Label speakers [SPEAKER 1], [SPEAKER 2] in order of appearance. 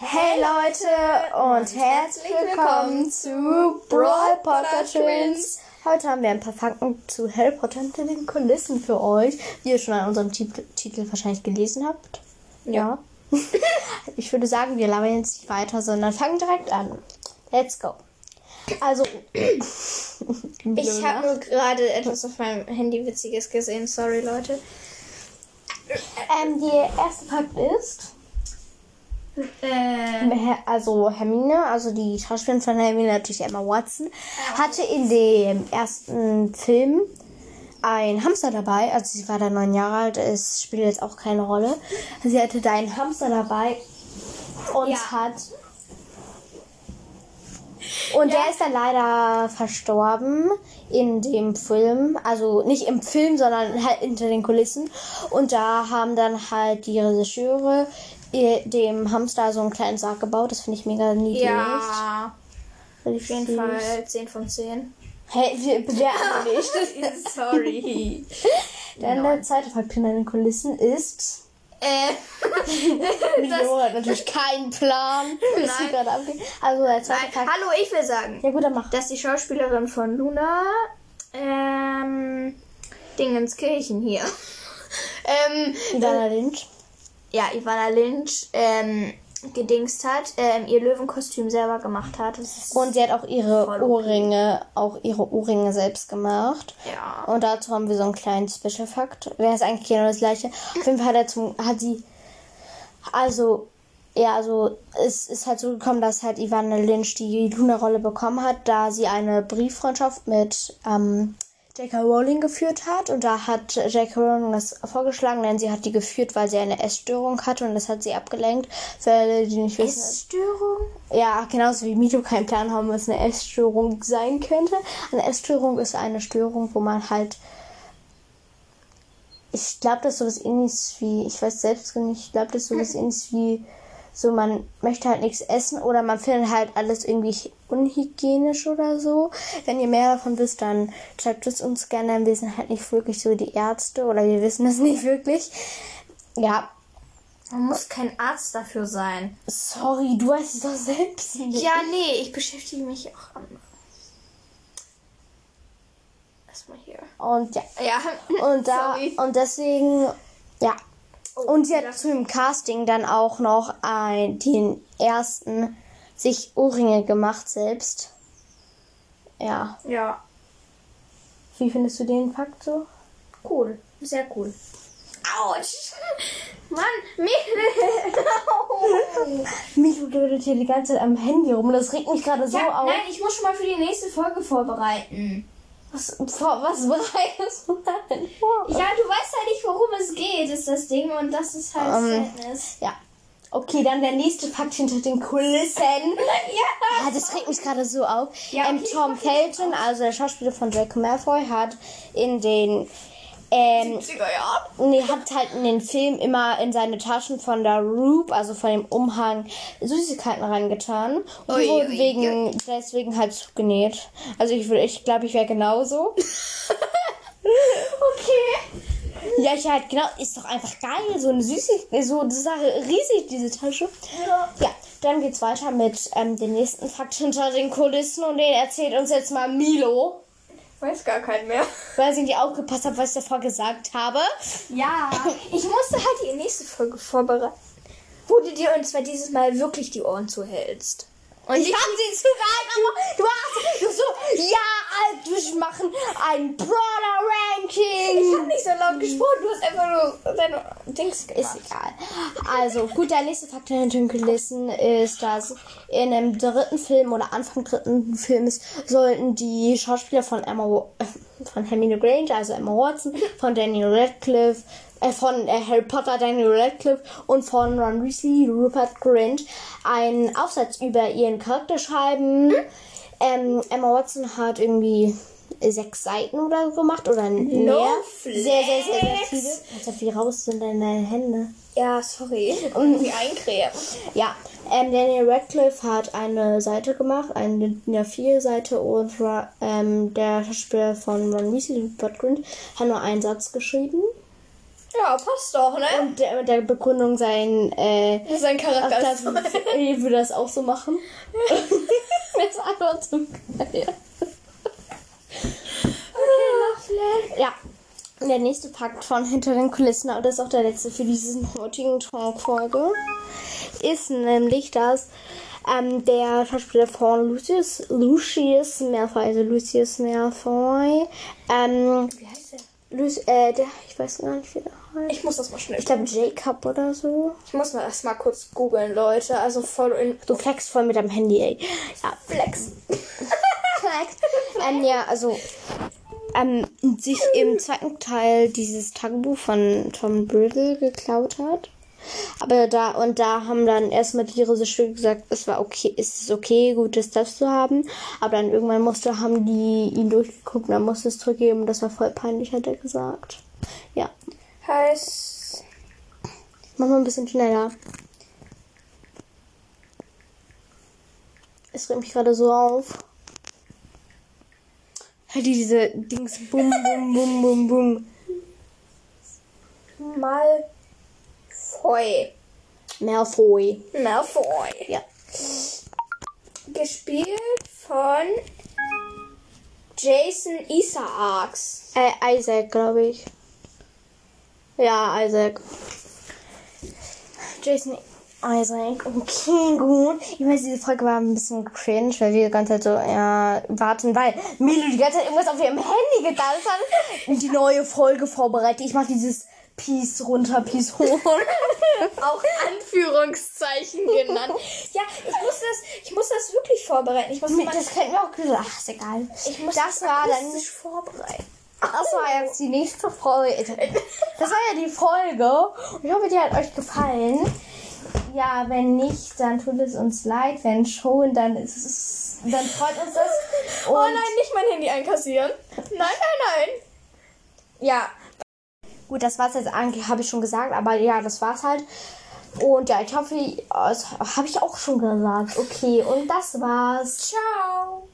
[SPEAKER 1] Hey Leute und herzlich willkommen zu Brawl Potter Twins. Heute haben wir ein paar Fakten zu Harry Potter hinter den Kulissen für euch, die ihr schon an unserem Tit- Titel wahrscheinlich gelesen habt. Ja. ich würde sagen, wir labern jetzt nicht weiter, sondern fangen direkt an. Let's go. Also,
[SPEAKER 2] Ich habe nur gerade etwas auf meinem Handy Witziges gesehen, sorry Leute.
[SPEAKER 1] ähm, die erste Fakt ist,
[SPEAKER 2] Äh,
[SPEAKER 1] Her- also Hermine, also die Schauspielerin von Hermine, natürlich Emma Watson, hatte in dem ersten Film ein Hamster dabei. Also sie war da neun Jahre alt, es spielt jetzt auch keine Rolle. Sie hatte da einen Hamster dabei und
[SPEAKER 2] Ja.
[SPEAKER 1] hat... Und der ist dann leider verstorben in dem Film. Also nicht im Film, sondern halt hinter den Kulissen. Und da haben dann halt die Regisseure ihr- dem Hamster so einen kleinen Sarg gebaut. Das finde ich mega niedlich.
[SPEAKER 2] ja,
[SPEAKER 1] auf
[SPEAKER 2] auf jeden Fall 10 von 10.
[SPEAKER 1] Hä, wir bewerten nicht.
[SPEAKER 2] Sorry.
[SPEAKER 1] Dann der zweite Fakt hinter den Kulissen ist...
[SPEAKER 2] äh,
[SPEAKER 1] Mio hat natürlich keinen Plan, was hier
[SPEAKER 2] Nein.
[SPEAKER 1] gerade abgeht. Also der zweite
[SPEAKER 2] nein.
[SPEAKER 1] Fakt...
[SPEAKER 2] Hallo, ich will sagen,
[SPEAKER 1] Ja gut, dann mach.
[SPEAKER 2] dass die Schauspielerin von Luna, ähm, Dingenskirchen hier, ähm,
[SPEAKER 1] Ivana Lynch.
[SPEAKER 2] ja, Ivana Lynch, ähm, gedingst hat, ähm, ihr Löwenkostüm selber gemacht hat. Das ist,
[SPEAKER 1] Und sie hat auch ihre
[SPEAKER 2] Voll okay.
[SPEAKER 1] Ohrringe, auch ihre Ohrringe selbst gemacht.
[SPEAKER 2] ja.
[SPEAKER 1] Und dazu haben wir so einen kleinen Special-Fakt. Wäre es eigentlich genau das gleiche. Auf jeden Fall hat, er zum, hat sie. Also, ja, also, es ist halt so gekommen, dass halt Ivana Lynch die Luna-Rolle bekommen hat, da sie eine Brieffreundschaft mit ähm, J.K. Rowling geführt hat. Und da hat J.K. Rowling das vorgeschlagen, denn sie hat die geführt, weil sie eine Essstörung hatte und das hat sie abgelenkt. Für alle, die nicht wissen,
[SPEAKER 2] Essstörung?
[SPEAKER 1] ja, genauso wie Mito keinen Plan haben, was eine Essstörung sein könnte. Eine Essstörung ist eine Störung, wo man halt. Ich glaube, das ist sowas ähnliches wie. Ich weiß selbst gar nicht. Ich glaube, das ist sowas ähnliches wie. So, man möchte halt nichts essen oder man findet halt alles irgendwie unhygienisch oder so. Wenn ihr mehr davon wisst, dann schreibt es uns gerne. denn Wir sind halt nicht wirklich so die Ärzte oder wir wissen es nicht wirklich. Ja,
[SPEAKER 2] Man muss kein Arzt dafür sein.
[SPEAKER 1] sorry, du weißt es doch selbst nicht.
[SPEAKER 2] Ja, nee, ich beschäftige mich auch am. Erstmal hier.
[SPEAKER 1] Und ja.
[SPEAKER 2] Ja.
[SPEAKER 1] Und da
[SPEAKER 2] Sorry. Oh,
[SPEAKER 1] und deswegen ja. Und sie hat zu dem Casting dann auch noch ein, den ersten sich Ohrringe gemacht selbst. Ja.
[SPEAKER 2] Ja,
[SPEAKER 1] Wie findest du den Fakt so?
[SPEAKER 2] cool. Sehr cool. Autsch! Mann, Mädel! Au.
[SPEAKER 1] Milo dödelt hier die ganze Zeit am Handy rum. Das regt mich gerade so
[SPEAKER 2] ja,
[SPEAKER 1] auf.
[SPEAKER 2] nein, ich muss schon mal für die nächste Folge vorbereiten.
[SPEAKER 1] Was, vor- was bereitest du da denn vor?
[SPEAKER 2] Ja, du weißt halt nicht, worum es geht, ist das Ding. Und das ist halt
[SPEAKER 1] Ähm.
[SPEAKER 2] Sadness.
[SPEAKER 1] Ja. Okay, dann der nächste Fakt hinter den Kulissen.
[SPEAKER 2] Ja!
[SPEAKER 1] Ah, das regt mich gerade so auf.
[SPEAKER 2] Ja,
[SPEAKER 1] ähm,
[SPEAKER 2] okay,
[SPEAKER 1] Tom Felton, also der Schauspieler von Draco Malfoy, hat in den ähm,
[SPEAKER 2] 70er Jahren.
[SPEAKER 1] nee, hat halt in den Film immer in seine Taschen von der Roop, also von dem Umhang, Süßigkeiten reingetan. Und die
[SPEAKER 2] Ui,
[SPEAKER 1] wurden
[SPEAKER 2] ui,
[SPEAKER 1] wegen, deswegen halt zugenäht. Also ich würde, ich glaube, ich wäre genauso.
[SPEAKER 2] Okay.
[SPEAKER 1] ja, ich halt genau, ist doch einfach geil, so eine Süßigkeit, so eine Sache, riesig diese Tasche. Ja, dann geht's weiter mit ähm, dem nächsten Fakt hinter den Kulissen und den erzählt uns jetzt mal Milo.
[SPEAKER 2] Weiß gar keinen mehr.
[SPEAKER 1] Weil ich nicht aufgepasst habe, was ich davor gesagt habe.
[SPEAKER 2] Ja, ich musste halt die nächste Folge vorbereiten, wo du dir und zwar dieses Mal wirklich die Ohren zuhältst.
[SPEAKER 1] Und ich hab sie zu raten. Du hast du so, ja, Alter, wir machen ein
[SPEAKER 2] Ich
[SPEAKER 1] Brawler-Ranking.
[SPEAKER 2] hab nicht so laut gesprochen, du hast einfach nur deine Dings
[SPEAKER 1] Mhm. Ist
[SPEAKER 2] gemacht.
[SPEAKER 1] egal. Also, gut, der nächste Fakt hinter den Kulissen ist, dass in dem dritten Film oder Anfang dritten Films sollten die Schauspieler von Emma, Wa- äh, von Hermine Granger, also Emma Watson, von Daniel Radcliffe, äh, von äh, Harry Potter, Daniel Radcliffe und von Ron Weasley, Rupert Grint, einen Aufsatz über ihren Charakter schreiben. Ähm, Emma Watson hat irgendwie sechs Seiten oder so gemacht oder mehr. Sehr, sehr, sehr, sehr viele. Als ob die raus sind in deine Hände.
[SPEAKER 2] Ja, sorry. Und wie eincremen.
[SPEAKER 1] Ja, ähm, Daniel Radcliffe hat eine Seite gemacht, eine DIN A4-Seite und Ra- ähm, der Schauspieler von Ron Weasley, Rupert Grint, hat nur einen Satz geschrieben.
[SPEAKER 2] Ja, passt doch, ne?
[SPEAKER 1] Und der, mit der Begründung sein, äh,
[SPEAKER 2] Das ist ein
[SPEAKER 1] Mhm. ach,
[SPEAKER 2] Charakter.
[SPEAKER 1] das, ich würde das auch so machen. Mir ist einfach zu geil. Ja. Der nächste Pakt von hinter den Kulissen, aber das ist auch der letzte für diese heutigen Talk-Folge, ist nämlich, dass ähm, der Schauspieler von Lucius, Lucius Malfoy, also Lucius Malfoy, ähm,
[SPEAKER 2] Wie heißt der?
[SPEAKER 1] Luc, äh, der, ich weiß gar nicht, wie der heißt.
[SPEAKER 2] Ich muss das mal schnell.
[SPEAKER 1] Ich glaube, Jacob oder so.
[SPEAKER 2] Ich muss mal erst mal kurz googeln, Leute. Also voll in.
[SPEAKER 1] Du flexst voll mit deinem Handy, ey. Ja, flex. flex. Ähm, ja, also ähm, sich im zweiten Teil dieses Tagebuch von Tom Riddle geklaut hat. Aber da und da haben dann erstmal die Regisseur gesagt, es war okay, es ist okay, gutes Stuff zu haben. Aber dann irgendwann musste, haben die ihn durchgeguckt und dann musste es zurückgeben. Das war voll peinlich, hat er gesagt. Ja,
[SPEAKER 2] Heißt.
[SPEAKER 1] mach mal ein bisschen schneller. Es regt mich gerade so auf. Halt die diese Dings. Bum, bum, bum, bum, bum.
[SPEAKER 2] Mal. Foy.
[SPEAKER 1] Malfoy.
[SPEAKER 2] Malfoy.
[SPEAKER 1] Ja.
[SPEAKER 2] Gespielt von. Jason Isaacs.
[SPEAKER 1] Äh, Isaac, glaube ich. Ja, Isaac. Jason Isaac. Okay, gut. Ich weiß, diese Folge war ein bisschen cringe, weil wir die ganze Zeit so ja, warten, weil Milo die ganze Zeit irgendwas auf ihrem Handy getan hat. Und die neue Folge vorbereitet. Ich mache dieses Peace runter, Peace hoch.
[SPEAKER 2] Auch Anführungszeichen genannt. ja, ich muss das, ich muss das wirklich vorbereiten. Ich muss mal,
[SPEAKER 1] das könnten wir auch gesagt. Ach, ist egal.
[SPEAKER 2] ich muss
[SPEAKER 1] das war dann-
[SPEAKER 2] akustisch vorbereiten.
[SPEAKER 1] Das war jetzt die nächste Folge. Das war ja die Folge. Und ich hoffe, die hat euch gefallen. Ja, wenn nicht, dann tut es uns leid. Wenn schon, dann ist es, dann freut uns das. Und
[SPEAKER 2] oh nein, nicht mein Handy einkassieren. Nein, nein, nein. Ja,
[SPEAKER 1] gut, das war's jetzt eigentlich, habe ich schon gesagt. Aber ja, das war's halt. Und ja, ich hoffe, das habe ich auch schon gesagt. Okay, und das war's.
[SPEAKER 2] ciao.